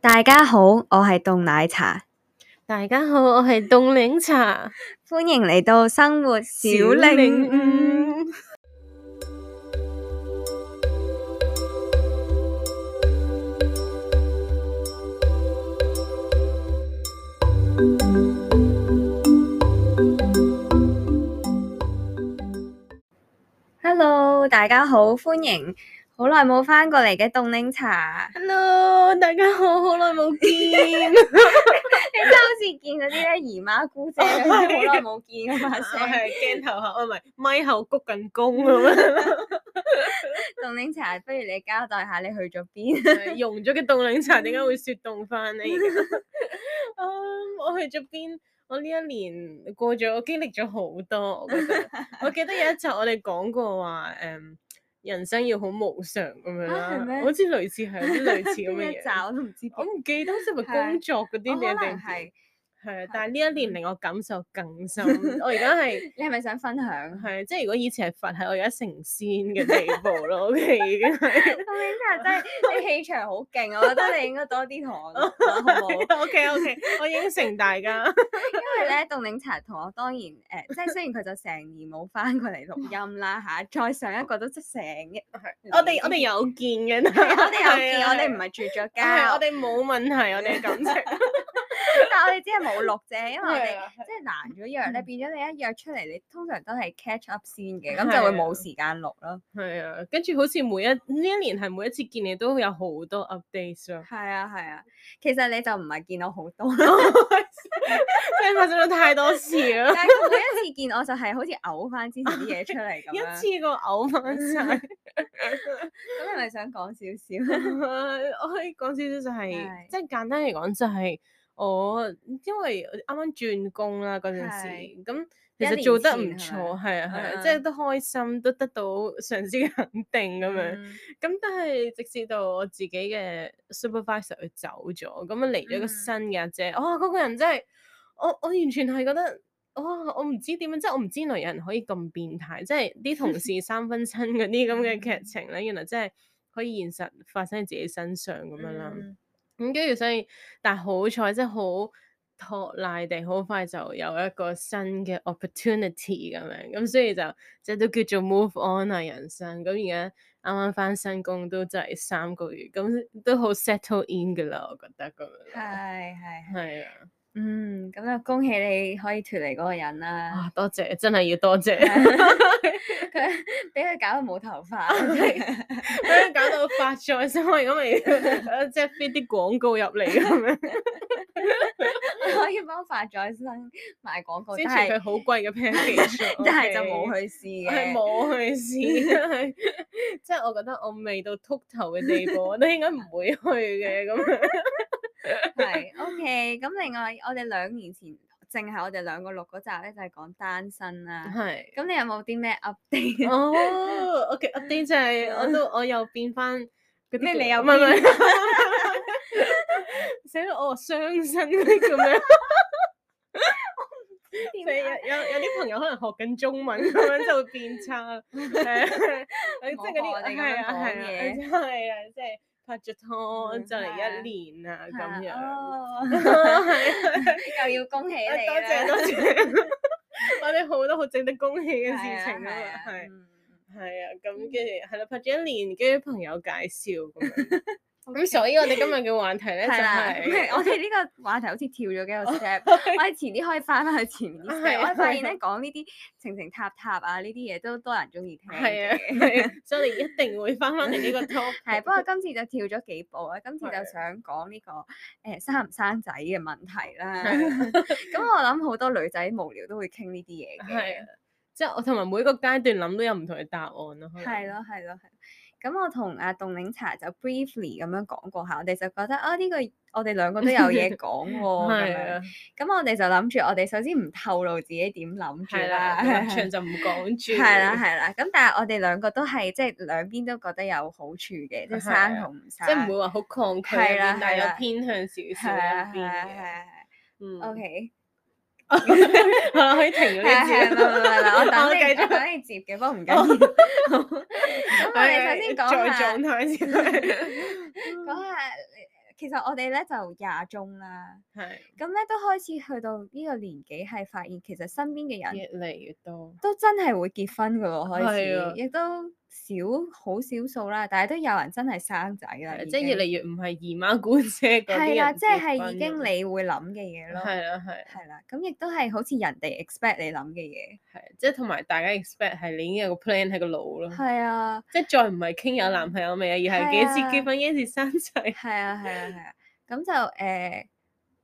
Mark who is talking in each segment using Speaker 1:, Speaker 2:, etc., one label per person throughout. Speaker 1: 大家好，我係凍奶茶，
Speaker 2: 大家好，我係凍檸茶，
Speaker 1: 歡迎嚟到生活小領悟。
Speaker 2: 悟。
Speaker 1: Hello，大家好，歡迎好耐冇翻過嚟嘅凍檸茶，
Speaker 2: Hello，大家好，好耐冇 見，
Speaker 1: 你真係好似見嗰啲咧姨媽姑姐咁，好耐冇見嗰把聲。
Speaker 2: 係鏡頭後，唔係咪後鞠緊躬 咁
Speaker 1: 凍檸茶，不如你交代下你去咗邊？
Speaker 2: 樣，溶咗嘅凍檸茶點解會雪凍翻 呢？而家啊我去咗邊？我呢一年過咗，我經歷咗好多。我覺 得，我記得有一集我哋講過話，誒、人生要好無常咁樣
Speaker 1: 啊係
Speaker 2: 啦，
Speaker 1: 咩
Speaker 2: 好似類似係，好似類似咁
Speaker 1: 邊
Speaker 2: 嘅
Speaker 1: 一集
Speaker 2: 嘢。
Speaker 1: 我都唔知邊。
Speaker 2: 我唔記得係咪
Speaker 1: 係
Speaker 2: 工作嗰啲
Speaker 1: 我可
Speaker 2: 嘢定
Speaker 1: 能係嗯
Speaker 2: 係啊，但係呢一年令我感受更深。我而家 係
Speaker 1: 你係咪想分享？凍
Speaker 2: 係啊即係如果以前係佛系，我而家成仙嘅地步咯。OK，已經
Speaker 1: 哦
Speaker 2: 係。
Speaker 1: 檸茶真係你氣場好勁，我覺得你應該多啲堂，好冇？
Speaker 2: OK OK，我應承大家。
Speaker 1: 因為咧，凍檸茶同我當然誒、 呃即係雖然佢就成年冇翻過嚟錄音啦嚇，再上一個都即係成一，
Speaker 2: 我哋我哋有見 嘅，
Speaker 1: 嗯係啊我哋有見，我哋唔
Speaker 2: 係啊
Speaker 1: 係絕咗
Speaker 2: 係啊
Speaker 1: 交，
Speaker 2: 我哋冇問題，我哋嘅感情
Speaker 1: 但係我哋只係冇錄啫，因為我
Speaker 2: 係
Speaker 1: 哋
Speaker 2: 啊
Speaker 1: 即係難咗約咧，
Speaker 2: 嗯
Speaker 1: 變咗你一約出嚟，你通常都係 catch up 先 嘅，咁就會
Speaker 2: 係啊
Speaker 1: 冇時間錄咯。
Speaker 2: 係啊。跟住好似每一呢一年係每一次見你都有好多 update 咯，
Speaker 1: 係啊係啊，其實你就唔係見我好多，
Speaker 2: 即係發生咗太多事啦
Speaker 1: 但，係佢每一次見我就係好似嘔翻之前啲嘢出 嚟咁
Speaker 2: 一
Speaker 1: 樣。
Speaker 2: 次過嘔翻晒。
Speaker 1: 咁你咪想講 少少？
Speaker 2: 我可以講少少就係、
Speaker 1: 係
Speaker 2: 即係簡單嚟講就係我因為啱啱轉工啦嗰陣時，
Speaker 1: 係
Speaker 2: 咁
Speaker 1: 一
Speaker 2: 其實
Speaker 1: 年
Speaker 2: 做得唔
Speaker 1: 前係咪
Speaker 2: 錯，係啊係
Speaker 1: 嗯
Speaker 2: 啊，即係都開心，都得到上司嘅肯定 咁樣。
Speaker 1: 嗯
Speaker 2: 咁但係直至到我自己嘅 supervisor 佢走咗，咁啊嚟咗個
Speaker 1: 嗯
Speaker 2: 新嘅阿姐，哇、嗰、個人真係，我我完全係覺得，哇！我唔知點樣，即係我唔知原來有人可以咁變態，即係啲同事三分親嗰啲咁嘅劇
Speaker 1: 嗯
Speaker 2: 情咧，原來真係可以現實發生喺自己身上咁樣啦。
Speaker 1: 嗯
Speaker 2: 咁跟住所以，但係好彩，即係好托賴地，好快就有一個新嘅 opportunity 咁樣，咁所以就即係都叫做 move on 啊人生。咁而家啱啱翻新工都就係三個月，咁都好 settle in 噶啦，我覺得咁樣啦。
Speaker 1: 係係。
Speaker 2: 係啊，
Speaker 1: 嗯，咁就恭喜你可以脱離嗰個人啦。
Speaker 2: 哇！啊多謝，真係要多謝，
Speaker 1: 佢俾佢搞到冇啊頭髮，
Speaker 2: 搞到發財先可以咁嚟，呃即係 fit 啲廣告入嚟咁 樣。
Speaker 1: 可以幫發再生賣廣告，
Speaker 2: 之
Speaker 1: 但
Speaker 2: 前佢
Speaker 1: 係
Speaker 2: 好 貴嘅 package，
Speaker 1: 但係就冇去
Speaker 2: OK
Speaker 1: 試
Speaker 2: 我係
Speaker 1: 嘅。
Speaker 2: 冇去試， 即係我覺得我未到秃頭嘅地步， 我都應該唔會去嘅咁樣。
Speaker 1: 係 OK。咁另外，我哋兩年前淨係我哋兩個錄嗰集咧，就係講單身啦。
Speaker 2: 係。
Speaker 1: 咁你有冇啲咩 update？啊
Speaker 2: 哦，OK，update 就係我都我又變翻嗰啲
Speaker 1: 咩
Speaker 2: 叫
Speaker 1: 你又
Speaker 2: 唔係唔係， 寫到我傷身嗰啲咁樣。即係
Speaker 1: 啊
Speaker 2: 有有有啲朋友可能學緊中文咁樣就會變 差，係啊即係嗰
Speaker 1: 唔好學我
Speaker 2: 啲
Speaker 1: 哋咁
Speaker 2: 係
Speaker 1: 樣
Speaker 2: 啊
Speaker 1: 講
Speaker 2: 係
Speaker 1: 嘢
Speaker 2: 啊，真係啊，即係拍咗拖
Speaker 1: 嗯
Speaker 2: 就
Speaker 1: 係啊
Speaker 2: 嚟一年啊咁樣。
Speaker 1: 哦
Speaker 2: 係啊
Speaker 1: 又要恭喜你
Speaker 2: 啊多
Speaker 1: 啦
Speaker 2: 謝 多謝，我哋好多好值得恭喜嘅
Speaker 1: 係
Speaker 2: 事
Speaker 1: 啊
Speaker 2: 情啊嘛，
Speaker 1: 係啊
Speaker 2: 係
Speaker 1: 嗯
Speaker 2: 係啊，咁
Speaker 1: 嗯
Speaker 2: 跟住係啦，拍咗一年，跟住朋友介紹咁樣，
Speaker 1: OK
Speaker 2: 咁所以我哋今日嘅話題咧就啊
Speaker 1: 係啦，唔
Speaker 2: 係
Speaker 1: 係我哋呢個話題好似跳咗 幾個 step，我哋 遲啲可以翻返去前面啲
Speaker 2: 啊
Speaker 1: step。
Speaker 2: 係
Speaker 1: 我
Speaker 2: 啊
Speaker 1: 哋發
Speaker 2: 係
Speaker 1: 現咧
Speaker 2: 啊
Speaker 1: 講呢啲情情塔塔啊呢啲嘢都多人中意聽
Speaker 2: 係 啊
Speaker 1: 嘅。
Speaker 2: 係啊，所以我哋一定會翻翻嚟呢個 topic。
Speaker 1: 係，不過今次就跳咗幾步啦。今次就
Speaker 2: 係
Speaker 1: 想講呢、個誒、生唔生仔嘅問題啦。
Speaker 2: 係 啊
Speaker 1: 咁我諗好多女仔無聊都會傾呢啲嘢
Speaker 2: 係
Speaker 1: 嘅
Speaker 2: 啊。，即係我同埋每個階段諗都有唔同嘅答案咯。可能
Speaker 1: 係，咯，係咯，係。咁我同阿凍檸茶就 briefly 咁樣講過下，我哋就覺得啊呢、個我哋兩個都有嘢講喎咁
Speaker 2: 係
Speaker 1: 樣
Speaker 2: 啊。，
Speaker 1: 咁我哋就諗住，我哋首先唔透露自己點諗住
Speaker 2: 係
Speaker 1: 啦，
Speaker 2: 啦，立場就唔講住。
Speaker 1: 係啦，係啦。咁但係我哋兩個都係即係兩邊都覺得有好處嘅，即係
Speaker 2: 係啊
Speaker 1: 生同唔生，
Speaker 2: 即係唔會話好抗拒
Speaker 1: 係
Speaker 2: 一
Speaker 1: 啦
Speaker 2: 邊，但係
Speaker 1: 係啦
Speaker 2: 有偏向少少
Speaker 1: 係啊
Speaker 2: 一邊
Speaker 1: 係啊係
Speaker 2: 嘅。
Speaker 1: 啊
Speaker 2: 嗯
Speaker 1: 係啊。OK，
Speaker 2: 好啦，可以停咗
Speaker 1: 係啊係啊，唔
Speaker 2: 呢
Speaker 1: 係
Speaker 2: 次
Speaker 1: 唔係唔係我等
Speaker 2: 我 繼
Speaker 1: 你，我
Speaker 2: 續
Speaker 1: 等你接嘅，不過唔緊要。 啊咁我 哋首先講
Speaker 2: 再嗯
Speaker 1: 下
Speaker 2: 狀態先。
Speaker 1: 講下，其實我哋咧就廿中啦，
Speaker 2: 係
Speaker 1: 咁咧都開始去到呢個年紀，係發現其實身邊嘅人
Speaker 2: 越嚟越多。
Speaker 1: 都真係會結婚噶咯，開
Speaker 2: 係啊
Speaker 1: 始亦都少好少數啦，但係都有人真係生仔啦，
Speaker 2: 係
Speaker 1: 已
Speaker 2: 即係越
Speaker 1: 經
Speaker 2: 嚟越唔係姨媽姑姐嗰啲
Speaker 1: 係啦，
Speaker 2: 人
Speaker 1: 即係已經你會諗嘅嘢咯，
Speaker 2: 係啦係
Speaker 1: 係啦，咁亦都係好似人哋 expect 你諗嘅
Speaker 2: 係，即係同埋大家 expect 係你已經有個 plan 喺個腦咯
Speaker 1: 嘢，，係啊。
Speaker 2: 即係再唔係傾有男朋友未啊，而係
Speaker 1: 係
Speaker 2: 幾
Speaker 1: 啊
Speaker 2: 時結婚幾時生 仔。
Speaker 1: 係啊，係啊，係啊。咁就誒、呃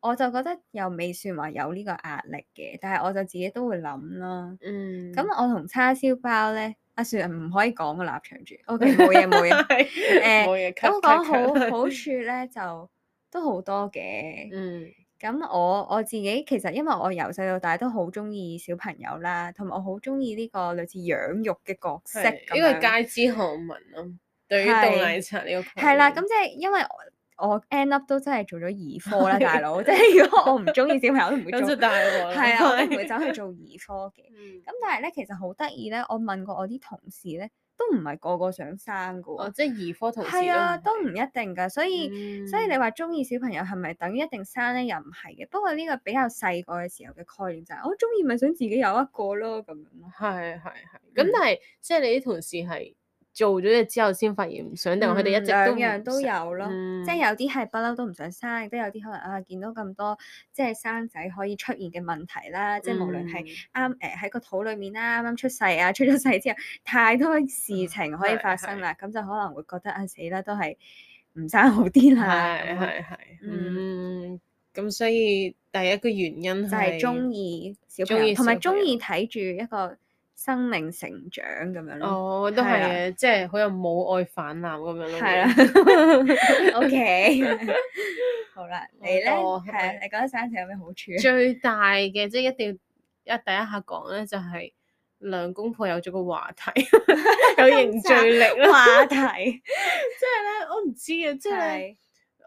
Speaker 1: 我就覺得又未算話有呢個壓力嘅，但係我就自己都會諗啦。
Speaker 2: 嗯，
Speaker 1: 咁我同叉燒包咧，阿算唔可以講個立場 住。O K，冇嘢冇嘢。誒
Speaker 2: 冇嘢
Speaker 1: 咁
Speaker 2: cut-
Speaker 1: 我講
Speaker 2: cut-
Speaker 1: 好
Speaker 2: cut
Speaker 1: 好處咧，就都好多嘅。
Speaker 2: 嗯
Speaker 1: 咁我我自己其實因為我由細到大都好中意小朋友啦，同埋我好中意呢個類似養育嘅角色
Speaker 2: 係
Speaker 1: 咁
Speaker 2: 呢個
Speaker 1: 樣。
Speaker 2: 係街知巷聞咯。對於
Speaker 1: 係
Speaker 2: 凍奶茶呢個概
Speaker 1: 係啦，咁
Speaker 2: 念
Speaker 1: 即係因為我我 end up 都真係做咗兒科啦，大佬。即係如果我唔中意小朋友，我都唔會
Speaker 2: 咁就
Speaker 1: 做。
Speaker 2: 大鑊啦。
Speaker 1: 係啊，我都唔會走去做兒科嘅。
Speaker 2: 嗯。
Speaker 1: 咁但係咧，其實好得意咧，我問過我啲同事咧，都唔係個個想生噶
Speaker 2: 哦，
Speaker 1: 喎。
Speaker 2: 即係兒科同事
Speaker 1: 係啊，都
Speaker 2: 係嗯
Speaker 1: 唔一定噶，所以。所以你話中意小朋友係咪等於一定生咧？又唔係嘅。不過呢個比較細個嘅時候嘅概念就係、我中意咪想自己有一個咯咁樣咯。
Speaker 2: 係係係，咁但
Speaker 1: 嗯
Speaker 2: 係即係你啲同事係做咗嘢之後先發現唔想，定係佢哋一
Speaker 1: 嗯
Speaker 2: 直都
Speaker 1: 兩樣都
Speaker 2: 唔想嗯
Speaker 1: 有咯。即係有啲係不嬲都唔想生，亦都有啲可能啊見到咁多即係生仔可以出現嘅問題啦，即係無論係
Speaker 2: 嗯
Speaker 1: 啱誒喺個肚裡面啦，啱啱出世啊，出咗世之後太多事情可以
Speaker 2: 嗯係
Speaker 1: 發生
Speaker 2: 係
Speaker 1: 啦，咁就可能會覺得啊死啦，都係唔生好啲啦，
Speaker 2: 嗯係
Speaker 1: 咁樣
Speaker 2: 係係，嗯，咁所以第一個原因
Speaker 1: 就係中
Speaker 2: 意
Speaker 1: 意小
Speaker 2: 鍾
Speaker 1: 朋
Speaker 2: 意
Speaker 1: 友，同埋
Speaker 2: 小朋
Speaker 1: 中
Speaker 2: 友
Speaker 1: 意睇住一個生命成長咁樣咯。
Speaker 2: 哦，都係
Speaker 1: 係啊
Speaker 2: 嘅，即係好有母愛泛濫咁樣咯，
Speaker 1: 係啦 OK，好啦，你咧
Speaker 2: 我
Speaker 1: 係啊
Speaker 2: 係
Speaker 1: 你覺得生仔有咩好處啊？
Speaker 2: 最大嘅即係一定要一第一下講咧，就係兩公婆有咗個話題， 有凝聚力 啦。
Speaker 1: 話題
Speaker 2: 即係咧，我唔知啊，即係咧
Speaker 1: 係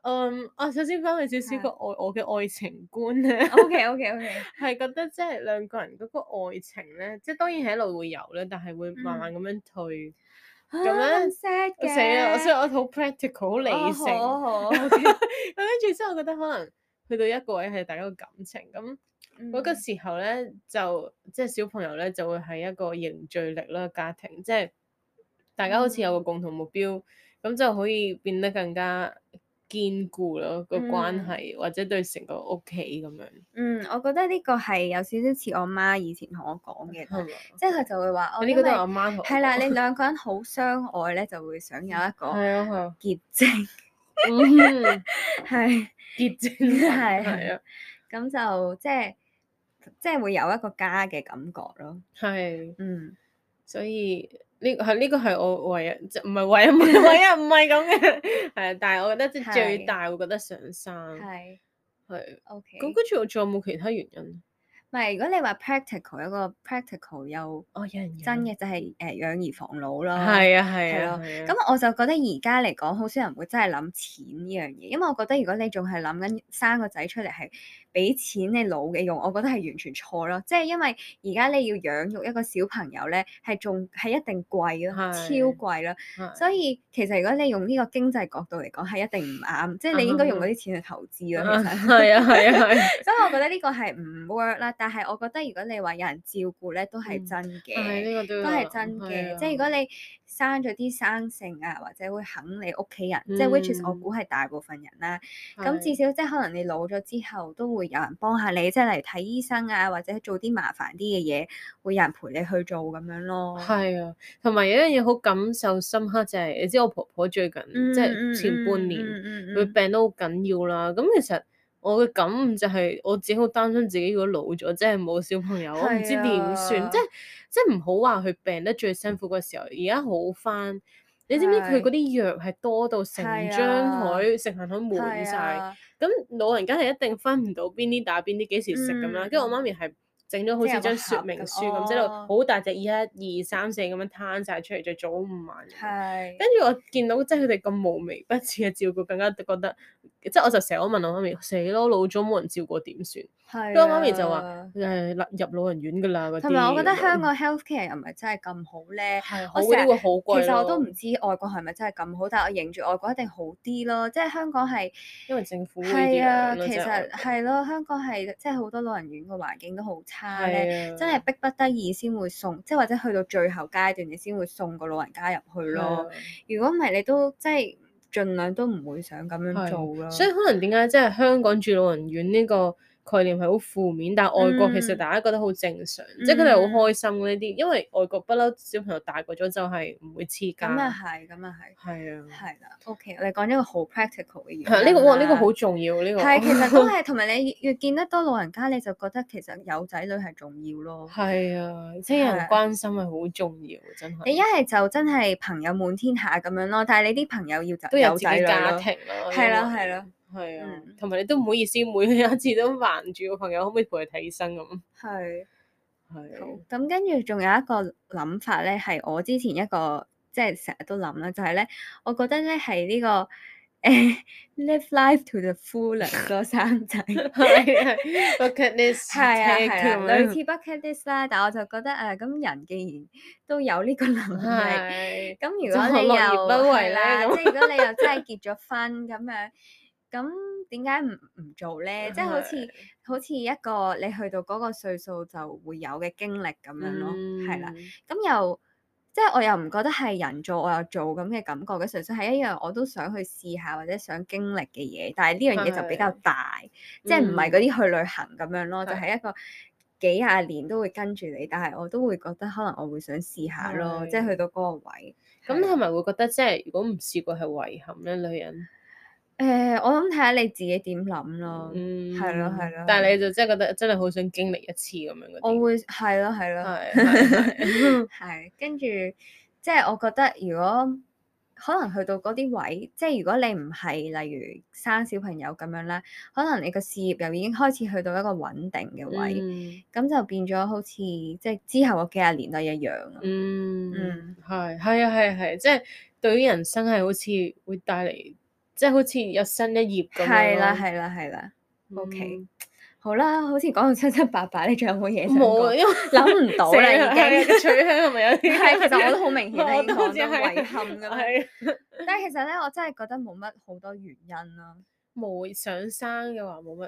Speaker 2: 嗯，我首先翻去少少
Speaker 1: 係
Speaker 2: 個愛我嘅愛情觀咧，
Speaker 1: OK OK OK，
Speaker 2: 係覺得即係兩個人嗰個愛情咧，即係當然係一路會有咧，但係會慢慢咁樣退。
Speaker 1: 咁
Speaker 2: 樣
Speaker 1: sad 嘅，
Speaker 2: 死啦！我所以我好 practical，好理性。
Speaker 1: 哦 好好，
Speaker 2: 咁跟住之後，我覺得可能去到一個位係大家個感情咁。嗰個
Speaker 1: 嗯
Speaker 2: 時候咧，就即係小朋友咧，就會係一個凝聚力啦，家庭即係大家好似
Speaker 1: 嗯
Speaker 2: 有個共同目標，咁就可以變得更加堅固咯個關
Speaker 1: 嗯
Speaker 2: 係，或者對成個屋企咁樣，
Speaker 1: 嗯，我覺得呢個係有少少似我媽以前同我講嘅，
Speaker 2: 係嘛？
Speaker 1: 即係佢就會話
Speaker 2: 我
Speaker 1: 嗯哦，
Speaker 2: 呢
Speaker 1: 因
Speaker 2: 個都
Speaker 1: 為
Speaker 2: 係我媽同我
Speaker 1: 係啦，
Speaker 2: 講
Speaker 1: 你兩個人好相愛咧，就會想有一個
Speaker 2: 係啊係啊，
Speaker 1: 結晶，
Speaker 2: 嗯，
Speaker 1: 係
Speaker 2: 結晶
Speaker 1: 係
Speaker 2: 係啊
Speaker 1: 咁就即係即係會有一個家嘅感覺咯。
Speaker 2: 係，
Speaker 1: 嗯，
Speaker 2: 所以呢個係呢個係我唯一即係唔係唯一唔係唯一唔係咁嘅，係啊，但係我覺得即係最
Speaker 1: 係
Speaker 2: 大會覺得想生
Speaker 1: 係
Speaker 2: 嗯係。
Speaker 1: OK。
Speaker 2: 咁跟住我仲有冇其他原因？
Speaker 1: 唔係，如果你話 practical 一個 practical 又
Speaker 2: 哦，有人
Speaker 1: 真嘅就係誒呃養兒防老咯。
Speaker 2: 係啊係
Speaker 1: 係
Speaker 2: 啊
Speaker 1: 咯，，
Speaker 2: 咁
Speaker 1: 咁我就覺得而家嚟講，好少人會真係諗錢呢樣嘢，因為我覺得如果你仲係諗緊生個仔出嚟係俾錢你老嘅用，我覺得係完全錯咯。即係因為而家你要養育一個小朋友咧，係仲係一定貴咯，超
Speaker 2: 係
Speaker 1: 貴咯。
Speaker 2: 係
Speaker 1: 所以其實如果你用呢個經濟角度嚟講，係一定唔啱，即係
Speaker 2: 嗯
Speaker 1: 你應該用嗰啲錢去投資咯。
Speaker 2: 啊
Speaker 1: 其實。
Speaker 2: 係啊係啊係。
Speaker 1: 所以我覺得呢個係唔 work 啦，但係我覺得如果你話有人照顧咧，都係
Speaker 2: 嗯
Speaker 1: 真
Speaker 2: 係啊
Speaker 1: 嘅，
Speaker 2: 呢個都
Speaker 1: 都係真嘅。即係如果你生咗啲生性啊，或者會肯你屋企人，即係 which is 我
Speaker 2: 嗯
Speaker 1: 估係大部分人啦。咁
Speaker 2: 咁
Speaker 1: 至少即係可能你老咗之後，都會有人幫下你，即係嚟睇醫生啊，或者做啲麻煩啲嘅嘢，會有人陪你去做咁樣咯。
Speaker 2: 係啊，同埋有一樣嘢好感受深刻就係，你知我婆婆最近
Speaker 1: 嗯，
Speaker 2: 即係前半年佢
Speaker 1: 年
Speaker 2: 病得好緊要啦。咁其實我嘅感悟就係我自己好擔心自己如果老咗，即係冇小朋友，我唔知
Speaker 1: 係
Speaker 2: 點
Speaker 1: 啊
Speaker 2: 算。即係即係唔好話佢病得最辛苦嘅時候，而家好翻。你知唔知佢
Speaker 1: 係
Speaker 2: 嗰啲藥係多到成
Speaker 1: 係
Speaker 2: 張
Speaker 1: 啊
Speaker 2: 台、成行台滿晒。咁老人家係一定分唔到邊啲打邊啲幾時食咁啦。跟住我媽咪係整咗好
Speaker 1: 嗯即係有個
Speaker 2: 似張說
Speaker 1: 盒
Speaker 2: 明
Speaker 1: 咁
Speaker 2: 書咁，即係
Speaker 1: 哦
Speaker 2: 好大隻，一二三四咁樣攤晒出嚟，就早午晚咁樣。
Speaker 1: 係
Speaker 2: 跟住我見到即係佢哋咁無微不至嘅照顧，更加覺得即係我就成日我問我媽咪死咯，老咗冇人照顧點算？
Speaker 1: 係。啊
Speaker 2: 咁我媽咪就話誒入老人院㗎啦嗰啲。
Speaker 1: 同埋我覺得
Speaker 2: 咁樣
Speaker 1: 香港 healthcare 又唔係真係咁好咧。
Speaker 2: 係
Speaker 1: 我
Speaker 2: 好
Speaker 1: 成
Speaker 2: 嗰啲
Speaker 1: 日
Speaker 2: 會好貴。
Speaker 1: 其實我都唔，知外國係咪真係咁好，但係我認住外國一定好啲咯。即係香港係
Speaker 2: 因為政府會
Speaker 1: 係啊，
Speaker 2: 點樣咯
Speaker 1: 其
Speaker 2: 真係外
Speaker 1: 實
Speaker 2: 國
Speaker 1: 係咯，香港係即係好多老人院個環境都好差咧。
Speaker 2: 係啊
Speaker 1: 真係逼不得已先會送，即係或者去到最後階段，你先會送個老人家入去咯。
Speaker 2: 係啊
Speaker 1: 如果唔係，你都即係盡量都唔會想咁樣做咯。
Speaker 2: 所以可能點解即係香港住老人院呢個概念係好負面，但係外國其實
Speaker 1: 嗯
Speaker 2: 大家覺得好正常，即係佢哋好
Speaker 1: 嗯
Speaker 2: 開心呢啲，因為外國不嬲小朋友大個咗就係唔會黐家，
Speaker 1: 咁啊係，
Speaker 2: 係
Speaker 1: 咁啊係，
Speaker 2: 啊，
Speaker 1: 係啦。OK，你講咗個好 practical 嘅嘢
Speaker 2: 係
Speaker 1: 啦。
Speaker 2: 啊呢個哇呢個好重要啊呢個，
Speaker 1: 係，其 實都係，同埋你越越見得多老人家，你就覺得其實有仔女係重要咯。
Speaker 2: 係啊，即係有
Speaker 1: 係
Speaker 2: 人關心係好重要，真係
Speaker 1: 你一係就真係朋友滿天下咁樣咯，但係你啲朋友要就
Speaker 2: 都有自
Speaker 1: 仔
Speaker 2: 己
Speaker 1: 女
Speaker 2: 家
Speaker 1: 咯
Speaker 2: 庭啊啦，
Speaker 1: 係啦
Speaker 2: 因為
Speaker 1: 係啦。
Speaker 2: 係啊
Speaker 1: 嗯，
Speaker 2: 同埋你都唔好意思，每一次都煩住個朋友，可唔可以陪佢睇醫生咁？
Speaker 1: 係。好
Speaker 2: 係，
Speaker 1: 咁跟住仲有一個諗法咧，係我之前一個即係成日都諗啦，就係、呢。咧，我覺得咧係呢、個 live life to the fullest 咯， 生仔係
Speaker 2: 係係 bucket list
Speaker 1: 啊係
Speaker 2: tick 咁
Speaker 1: 啊，類
Speaker 2: 樣
Speaker 1: 似 bucket list 啦，但我就覺得誒咁、人既然都有呢個能力，
Speaker 2: 係
Speaker 1: 咁如
Speaker 2: 啊就
Speaker 1: 果你又
Speaker 2: 何樂而不為
Speaker 1: 係
Speaker 2: 呢
Speaker 1: 啦，
Speaker 2: 咁
Speaker 1: 即係如果你又真係結咗婚咁樣。咁點解唔唔做 咧？即係好似好似一個你去到嗰個歲數就會有嘅經歷咁樣咯，係啦、
Speaker 2: 嗯
Speaker 1: 咁又即係我又唔覺得係人做我又做咁嘅感覺嘅，純粹係一樣我都想去試下或者想經歷嘅嘢，但係呢樣嘢就比較大，即係唔係嗰啲去旅行咁樣咯，就係一個幾廿年都會跟住你，但係我都會覺得可能我會想試下咯，即係去到嗰個位。
Speaker 2: 咁你係咪會覺得即係如果唔試過係遺憾咧？女人，
Speaker 1: 誒、我諗睇下你自己點諗咯，
Speaker 2: 嗯，
Speaker 1: 係咯係咯
Speaker 2: 但
Speaker 1: 係
Speaker 2: 係你就真係覺得真係好想經歷一次咁樣嗰
Speaker 1: 我
Speaker 2: 啲，
Speaker 1: 會係咯係咯。
Speaker 2: 係係係
Speaker 1: 係，跟住即係我覺得，如果可能去到嗰啲位，即係如果你唔係例如生小朋友咁樣啦，可能你個事業又已經開始去到一個穩定嘅位，
Speaker 2: 嗯
Speaker 1: 咁、就變咗好似即係之後嗰幾廿年都一樣咯。
Speaker 2: 嗯
Speaker 1: 嗯，
Speaker 2: 係係啊係啊係，即係對於人生係好似會帶嚟，即係好似有新一頁咁樣
Speaker 1: 係啦，
Speaker 2: 咯
Speaker 1: 係啦，係啦。OK，
Speaker 2: 嗯
Speaker 1: 好啦，好似講到七七八八，你仲有冇嘢想
Speaker 2: 冇啊，
Speaker 1: 講
Speaker 2: 因為
Speaker 1: 諗唔到啦，
Speaker 2: 死
Speaker 1: 已
Speaker 2: 係啊個
Speaker 1: 經。
Speaker 2: 取向係咪有啲？
Speaker 1: 係，其實我都好明顯啦，
Speaker 2: 我
Speaker 1: 已經
Speaker 2: 都好
Speaker 1: 講
Speaker 2: 似
Speaker 1: 咗
Speaker 2: 係
Speaker 1: 遺憾咁樣。
Speaker 2: 係啊
Speaker 1: 但係其實咧，我真係覺得冇乜好多原因啦。
Speaker 2: 冇想生嘅話冇乜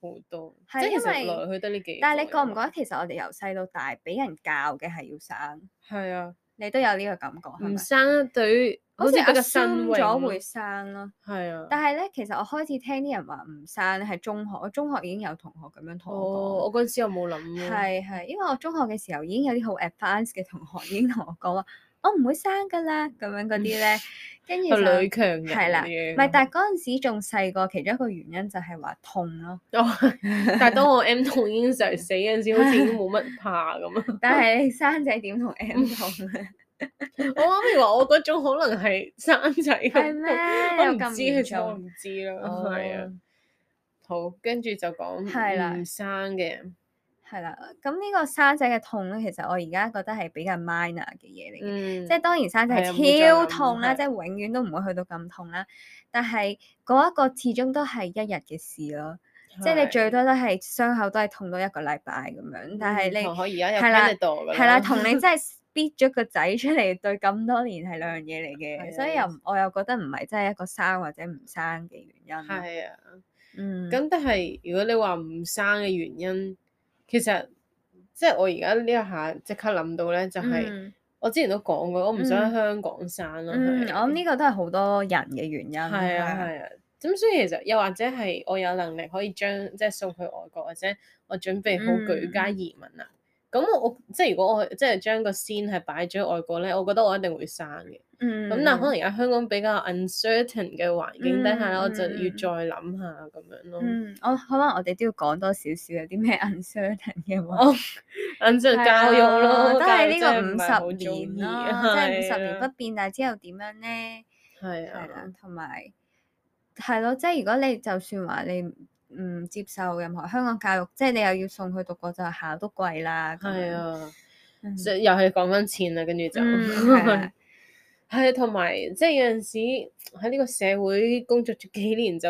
Speaker 2: 好多，即
Speaker 1: 係
Speaker 2: 係其實
Speaker 1: 因為
Speaker 2: 來去得呢幾個啫嘛。
Speaker 1: 但係你覺唔覺得其實我哋由細到大俾人教嘅係要生，
Speaker 2: 係啊？
Speaker 1: 你都有呢個感覺係
Speaker 2: 唔
Speaker 1: 咪？
Speaker 2: 生對於好似比較新
Speaker 1: assume
Speaker 2: 穎
Speaker 1: 咗
Speaker 2: 咯
Speaker 1: 會生咯，
Speaker 2: 係啊。
Speaker 1: 但係咧，其實我開始聽啲人話唔生咧，係中學，我中學已經有同學咁樣同
Speaker 2: 哦，
Speaker 1: 我
Speaker 2: 我
Speaker 1: 講。
Speaker 2: 嗰陣時我冇諗喎。
Speaker 1: 係係，因為我中學嘅時候已經有啲好 advanced 嘅同學已經同我講話，我唔會生㗎啦，咁樣嗰啲 咧，跟住
Speaker 2: 個
Speaker 1: 就
Speaker 2: 女強人
Speaker 1: 係啦，
Speaker 2: 唔
Speaker 1: 唔係，但係嗰陣時仲細個，其中一個原因就係話痛咯。
Speaker 2: 哦 但係當我 M 痛已經就嚟死嗰陣時，好似已經冇乜怕 咁啊！
Speaker 1: 但係你生仔點同 M 痛啊咧？
Speaker 2: 我媽咪話我嗰種可能係生仔
Speaker 1: 係
Speaker 2: 咁
Speaker 1: 咩
Speaker 2: 痛，？我
Speaker 1: 有
Speaker 2: 唔
Speaker 1: 咁
Speaker 2: 知其
Speaker 1: 嚴
Speaker 2: 實我
Speaker 1: 重
Speaker 2: 唔知啦，係啊
Speaker 1: 哦。
Speaker 2: 好，跟住就講
Speaker 1: 係啦
Speaker 2: 唔生嘅，
Speaker 1: 係啦，咁呢個生仔嘅痛咧，其實我而家覺得係比較 minor 嘅嘢嚟嘅，
Speaker 2: 嗯，
Speaker 1: 即係當然生仔
Speaker 2: 係啊冇再
Speaker 1: 係超
Speaker 2: 諗
Speaker 1: 痛啦，
Speaker 2: 係
Speaker 1: 即係永遠都唔會去到咁痛啦。但係嗰一個始終都係一日嘅事咯，即係你最多都係傷口都係痛到一個禮拜咁樣，但係
Speaker 2: 嗯
Speaker 1: 你
Speaker 2: 同我而家有
Speaker 1: 係啦
Speaker 2: Canada 㗎
Speaker 1: 係啦，同你真係逼咗個仔出嚟對咁多年係兩樣嘢嚟嘅，所以
Speaker 2: 係啊
Speaker 1: 又唔我又覺得唔係真係一個生或者唔生嘅原因咯。
Speaker 2: 係啊。
Speaker 1: 嗯，
Speaker 2: 咁但係如果你話唔生嘅原因，其實即係我而家呢一下即刻諗到咧，就係、
Speaker 1: 嗯
Speaker 2: 我之前都講過，我唔想喺
Speaker 1: 嗯
Speaker 2: 香港生啦。
Speaker 1: 嗯，
Speaker 2: 係啊
Speaker 1: 我諗呢個都係好多人嘅原因。
Speaker 2: 係啊係啊，咁所以其實又或者係我有能力可以將即係送去外國，或者我準備好
Speaker 1: 嗯
Speaker 2: 舉家移民啦。咁我我即係如果我即係將個先係擺咗外國咧，我覺得我一定會生嘅。
Speaker 1: 嗯，
Speaker 2: 咁但係可能而家香港比較 uncertain 嘅環境底下咧，
Speaker 1: 嗯
Speaker 2: 我就要再
Speaker 1: 嗯嗯
Speaker 2: 諗下咁樣咯。
Speaker 1: 嗯，我可能我哋都要講多少少有啲咩 uncertain 嘅話。
Speaker 2: 哦，咁就 教育
Speaker 1: 係啊
Speaker 2: 咯，
Speaker 1: 都
Speaker 2: 係
Speaker 1: 係呢個五十年 啦，即係五十年不
Speaker 2: 不
Speaker 1: 變，但係之後點樣咧？
Speaker 2: 啊係
Speaker 1: 係啦
Speaker 2: 啊，，
Speaker 1: 同埋係咯，即係如果你就算話你唔接受任何香港教育，即係你又要送去讀國際學校都貴啦。咁
Speaker 2: 係
Speaker 1: 樣，
Speaker 2: 啊，
Speaker 1: 嗯
Speaker 2: 即係又係講緊錢啦，跟住就
Speaker 1: 嗯係
Speaker 2: 係
Speaker 1: 啊
Speaker 2: 啊，同埋即係有陣時喺呢個社會工作咗幾年就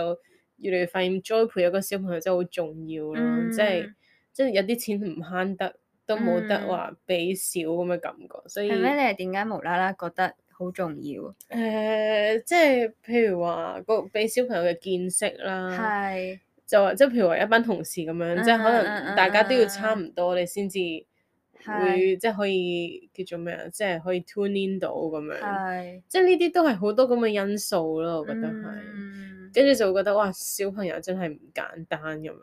Speaker 2: 越嚟越發現栽培一個小朋友真係好重要咯，即係
Speaker 1: 嗯
Speaker 2: 即係有啲錢唔慳得，都冇得
Speaker 1: 嗯
Speaker 2: 話俾少咁嘅感覺，所以
Speaker 1: 係咩？你係點解無啦啦覺得好重要？
Speaker 2: 誒、即係譬如話個俾小朋友嘅見識啦，
Speaker 1: 係
Speaker 2: 就話即係譬如話一班同事咁樣，即係可
Speaker 1: 嗯嗯嗯
Speaker 2: 能
Speaker 1: 嗯
Speaker 2: 大家都要差
Speaker 1: 嗯
Speaker 2: 唔多，你先至
Speaker 1: 係
Speaker 2: 會即係可以叫做咩啊？即係可以 tune in 到咁樣，
Speaker 1: 係，
Speaker 2: 即係呢啲都係好多咁嘅因素咯，我覺得係。
Speaker 1: 嗯
Speaker 2: 跟住就會覺得哇，小朋友真係唔簡單咁樣。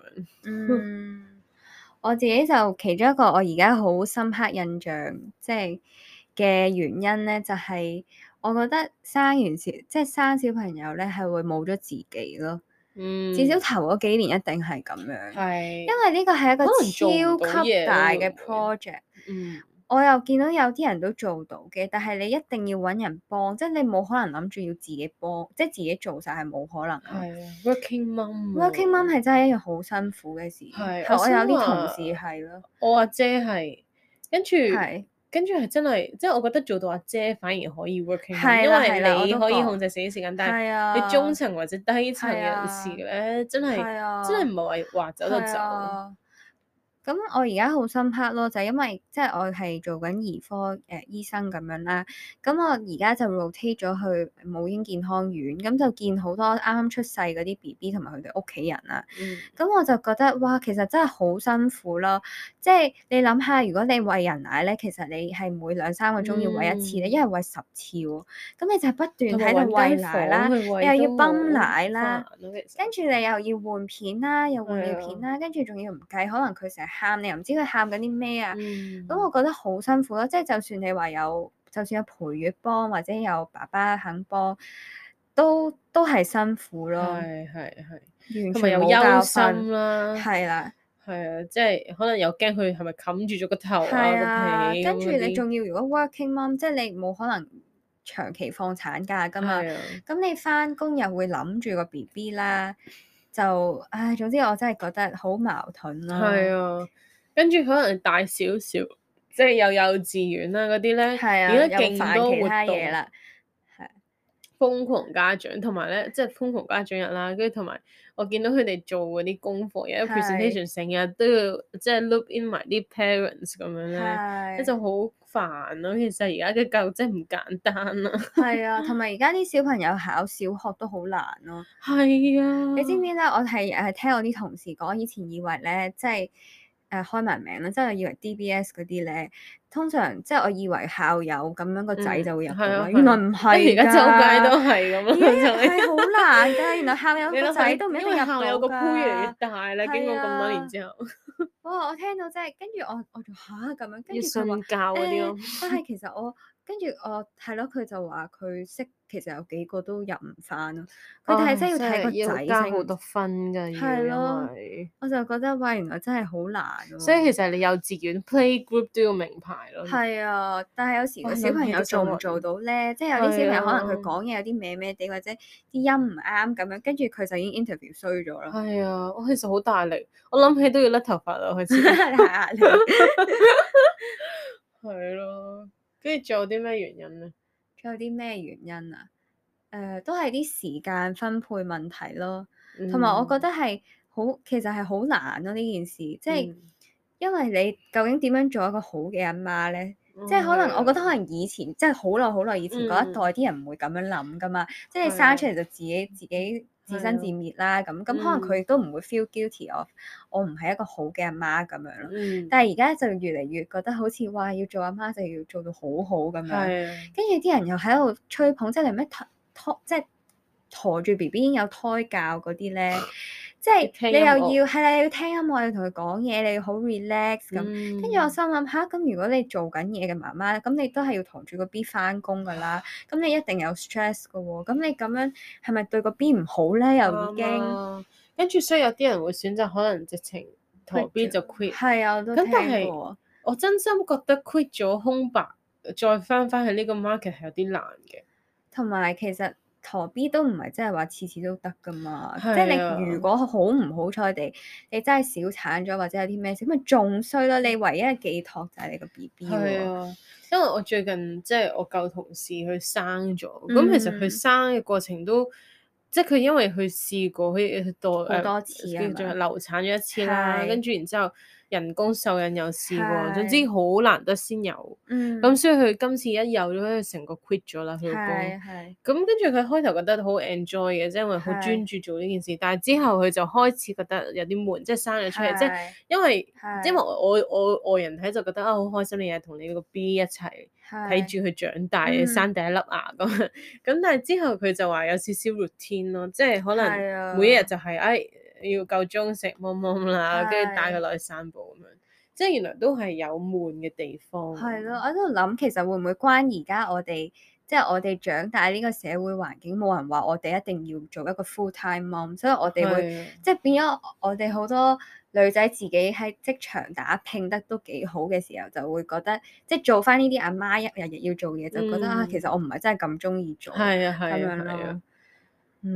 Speaker 1: 嗯，我自己就其中一個我而家好深刻印象，即係嘅原因咧，就係、我覺得生完小即係生小朋友咧，係會冇咗自己咯。
Speaker 2: 嗯，
Speaker 1: 至少頭嗰幾年一定係咁樣，
Speaker 2: 係，
Speaker 1: 因為呢個係一
Speaker 2: 可能做唔
Speaker 1: 個
Speaker 2: 到
Speaker 1: 超級
Speaker 2: 嘢咯
Speaker 1: 大
Speaker 2: 會
Speaker 1: 嘅
Speaker 2: 唔會
Speaker 1: project。
Speaker 2: 嗯
Speaker 1: 我又見到有啲人都做到嘅，但係你一定要揾人幫，即係你冇可能諗住要自己幫，即係自己做晒係冇可能咯。
Speaker 2: 係啊，working mom 啊
Speaker 1: working mum 係真係一樣好辛苦嘅事，
Speaker 2: 係
Speaker 1: 係
Speaker 2: 我
Speaker 1: 我有
Speaker 2: 想
Speaker 1: 啲
Speaker 2: 話
Speaker 1: 同事係咯，
Speaker 2: 我阿姐係，跟住
Speaker 1: 係
Speaker 2: 跟住係真係，即係我覺得做到阿姐反而可以 working，
Speaker 1: 係
Speaker 2: mom，因
Speaker 1: 啦係啦
Speaker 2: 為你
Speaker 1: 我都
Speaker 2: 可以
Speaker 1: 覺
Speaker 2: 控制自己時間，但係
Speaker 1: 係啊，
Speaker 2: 你中層或者低層嘅
Speaker 1: 係啊
Speaker 2: 人士咧，真係
Speaker 1: 係啊，
Speaker 2: 真係唔係話話走就
Speaker 1: 係
Speaker 2: 走。
Speaker 1: 啊。咁我而家好深刻咯，就係因為即係我係做緊兒科誒、呃、醫生咁樣啦。咁我而家就 rotate 咗去母嬰健康院，咁就見好多啱啱出世嗰啲 BB 同埋佢哋屋企人啊啦。
Speaker 2: 嗯
Speaker 1: 咁我就覺得哇，其實真係好辛苦咯。即係你諗下，如果你餵人奶咧，其實你係每兩三個鐘要餵一次咧，
Speaker 2: 嗯
Speaker 1: 一係餵十次喎。咁你就係不
Speaker 2: 同
Speaker 1: 斷
Speaker 2: 埋
Speaker 1: 喺度
Speaker 2: 揾
Speaker 1: 餵
Speaker 2: 間
Speaker 1: 奶
Speaker 2: 房
Speaker 1: 啦。
Speaker 2: 去餵
Speaker 1: 又要
Speaker 2: 都
Speaker 1: 泵
Speaker 2: 好
Speaker 1: 奶啦
Speaker 2: 煩咯其實
Speaker 1: 跟住你又要換片啦，又換尿
Speaker 2: 係啊
Speaker 1: 片啦，跟住仲要唔計，可能佢成日喊，你又唔知佢喊緊啲咩啊。
Speaker 2: 嗯
Speaker 1: 咁我覺得好辛苦咯，即係就算你話有，就算有陪月幫或者有爸爸肯幫，都都係辛苦咯，完
Speaker 2: 係係係，
Speaker 1: 全
Speaker 2: 同埋有
Speaker 1: 冇教
Speaker 2: 憂
Speaker 1: 訓
Speaker 2: 心，啦，
Speaker 1: 係啦，
Speaker 2: 係啊，即係可能又驚佢係咪冚住咗個頭
Speaker 1: 係啊
Speaker 2: 啊，個被，
Speaker 1: 跟住
Speaker 2: 咁嗰
Speaker 1: 你
Speaker 2: 啲
Speaker 1: 仲要如果 working mom，即係你冇可能長期放產假㗎嘛。
Speaker 2: 係啊
Speaker 1: 咁你翻工又會諗住個 B B 啦，就唉，總之我真係覺得好矛盾咯。
Speaker 2: 係啊，跟住可能大少少，即係有幼稚園啦嗰啲咧，
Speaker 1: 係啊，
Speaker 2: 而家
Speaker 1: 又
Speaker 2: 勁
Speaker 1: 煩
Speaker 2: 多
Speaker 1: 其
Speaker 2: 活
Speaker 1: 他
Speaker 2: 動
Speaker 1: 嘢，啦。係
Speaker 2: 瘋狂家長同埋咧，即係瘋狂家長日啦，跟住同埋我見到佢哋做嗰啲功課，有啲
Speaker 1: 係
Speaker 2: presentation 成日都要即係 loop in 埋啲 parents 咁樣咧，咧就
Speaker 1: 係
Speaker 2: 好煩咯。其實而家嘅教育真係唔簡單啦，
Speaker 1: 係啊，同埋而家啲小朋友考小學都好難咯。
Speaker 2: 係啊，
Speaker 1: 你知唔知咧？我係誒聽我啲同事講，以前以為咧，即係誒開埋名啦，即係以為 DBS 嗰啲咧，通常即係我以為校友咁樣個仔
Speaker 2: 嗯
Speaker 1: 就會入
Speaker 2: 係
Speaker 1: 到
Speaker 2: 啊
Speaker 1: 啦，
Speaker 2: 係
Speaker 1: 原來
Speaker 2: 啊
Speaker 1: 唔
Speaker 2: 跟住
Speaker 1: 係
Speaker 2: 而家周街
Speaker 1: 㗎
Speaker 2: 都係咁
Speaker 1: 咦
Speaker 2: 啦，就係
Speaker 1: 係好難㗎，原來校友
Speaker 2: 你
Speaker 1: 個
Speaker 2: 諗
Speaker 1: 仔
Speaker 2: 下，
Speaker 1: 都唔一
Speaker 2: 因
Speaker 1: 定
Speaker 2: 為
Speaker 1: 入
Speaker 2: 校友
Speaker 1: 到
Speaker 2: 個啊 pool 越嚟越
Speaker 1: 㗎。
Speaker 2: 大啦，經過咁多
Speaker 1: 係啊
Speaker 2: 年之後，
Speaker 1: 哇！我聽到真係，跟住我我就吓咁樣，跟住
Speaker 2: 要
Speaker 1: 佢話
Speaker 2: 信教嗰啲
Speaker 1: 誒
Speaker 2: 咯，，
Speaker 1: 但係其實我跟住我係咯，佢就話佢識其實有幾個都入唔翻咯，佢哋係真係要睇個仔先。
Speaker 2: 分㗎
Speaker 1: 要係咯
Speaker 2: 為
Speaker 1: 我就覺得哇，原來真係好難喎。
Speaker 2: 所以其實你幼稚園 playgroup 都要名牌咯。
Speaker 1: 係啊，但係有時
Speaker 2: 哇
Speaker 1: 個小朋
Speaker 2: 諗起
Speaker 1: 友做
Speaker 2: 都想
Speaker 1: 唔
Speaker 2: 搵
Speaker 1: 做到咧，即係有啲小朋友可能佢
Speaker 2: 係啊
Speaker 1: 講嘢有啲咩咩地，或者啲音唔啱咁樣，跟住佢就已經 interview 衰咗啦，
Speaker 2: 係啊，我其實好大力，我諗起都要甩頭髮啦，開 始
Speaker 1: 係啊壓力。
Speaker 2: 係咯。跟住仲有啲咩原因咧？
Speaker 1: 仲有啲咩原因啊？誒、都係啲時間分配問題咯，
Speaker 2: 嗯
Speaker 1: 同埋我覺得係好，其實係好難咯呢件事，即係、
Speaker 2: 嗯
Speaker 1: 因為你究竟點樣做一個好嘅阿媽咧？
Speaker 2: 嗯
Speaker 1: 即係可能
Speaker 2: 係
Speaker 1: 我覺得
Speaker 2: 啊
Speaker 1: 可能以前即係好耐好耐以前嗰一
Speaker 2: 嗯
Speaker 1: 代啲人唔會咁樣諗噶嘛，即係你
Speaker 2: 係
Speaker 1: 生
Speaker 2: 啊
Speaker 1: 出嚟就自己自己自
Speaker 2: 係
Speaker 1: 生
Speaker 2: 啊嗯
Speaker 1: 自滅啦咁，咁可能佢亦都唔會 feel guilty of 我唔係一個好嘅阿媽咁樣咯。
Speaker 2: 嗯
Speaker 1: 但係而家就越嚟越覺得好似哇要做阿媽就要做到好好咁樣。
Speaker 2: 係啊，
Speaker 1: 跟住啲人又喺度吹捧，即係你咩托托，即係陀住 B B 已經有胎教嗰啲 咧，即係
Speaker 2: 聽
Speaker 1: 你
Speaker 2: 音樂
Speaker 1: 又要係啦，你要聽音樂，你要同佢講嘢，你要好 relax 咁。
Speaker 2: 跟
Speaker 1: 跟住我心諗吓，咁如果你做緊嘢嘅媽媽，咁你都係要同住個 B 翻工噶啦，咁你一定有 stress 噶喎，咁你咁樣係咪對個 B 唔好咧？又已經
Speaker 2: 啱啊跟住，所以有啲人會選擇可能直情逃 B 就 quit。
Speaker 1: 係啊，我都
Speaker 2: 咁
Speaker 1: 聽
Speaker 2: 但係
Speaker 1: 過。
Speaker 2: 我真心覺得 quit 咗空白，再翻翻去呢個 market 係有啲難嘅。
Speaker 1: 同埋其實陀 B 都唔係真係話次次都得噶嘛，即
Speaker 2: 係
Speaker 1: 係
Speaker 2: 啊
Speaker 1: 你如果好唔好彩地，你真係小產咗或者有啲咩事，咁咪仲衰啦！你唯一嘅寄託就係你個 B B
Speaker 2: 係
Speaker 1: 喎，
Speaker 2: 啊，因為我最近即係我舊同事佢生咗，咁、
Speaker 1: 嗯
Speaker 2: 其實佢生嘅過程都即係佢因為佢試過，佢佢多
Speaker 1: 好多次啊係
Speaker 2: 跟住
Speaker 1: 嘛
Speaker 2: 流產咗一次啦，
Speaker 1: 係
Speaker 2: 跟住然之後人工受孕又試過，總之
Speaker 1: 係
Speaker 2: 好難得先有。
Speaker 1: 嗯，
Speaker 2: 咁所以佢今次一有咗，佢成個 quit 咗啦，佢老公。
Speaker 1: 係係
Speaker 2: 咁跟住佢開頭覺得好 enjoy 嘅，即係因為好
Speaker 1: 係
Speaker 2: 專注做呢件事，但係之後佢就開始覺得有啲悶，即係生咗出嚟，即係
Speaker 1: 係
Speaker 2: 因為
Speaker 1: 係
Speaker 2: 因為我我我外人睇就覺得啊好開心，你日同你個 B 一齊。睇
Speaker 1: 係
Speaker 2: 住佢長大，
Speaker 1: 嗯
Speaker 2: 生第一粒牙咁。 咁但係之後佢就話有少少 routine 咯，即係可能
Speaker 1: 係啊
Speaker 2: 每一日就係、哎要夠鐘食芒芒啦，跟住帶佢
Speaker 1: 係
Speaker 2: 落去散步咁樣。即係原來都係有悶嘅地方。
Speaker 1: 係咯，我喺度諗其實會唔會關而家我哋即係我哋長大呢個社會環境，冇人話我哋一定要做一個 full time mom，所以我哋會
Speaker 2: 係啊
Speaker 1: 即係變咗我哋好多女仔自己喺職場打拼得都幾好嘅時候，就會覺得即係做翻呢啲阿媽一日日要做嘢，就覺得、啊
Speaker 2: 嗯
Speaker 1: 其實我唔係真係咁中意做咁
Speaker 2: 係啊係啊
Speaker 1: 樣
Speaker 2: 係啊
Speaker 1: 咯。。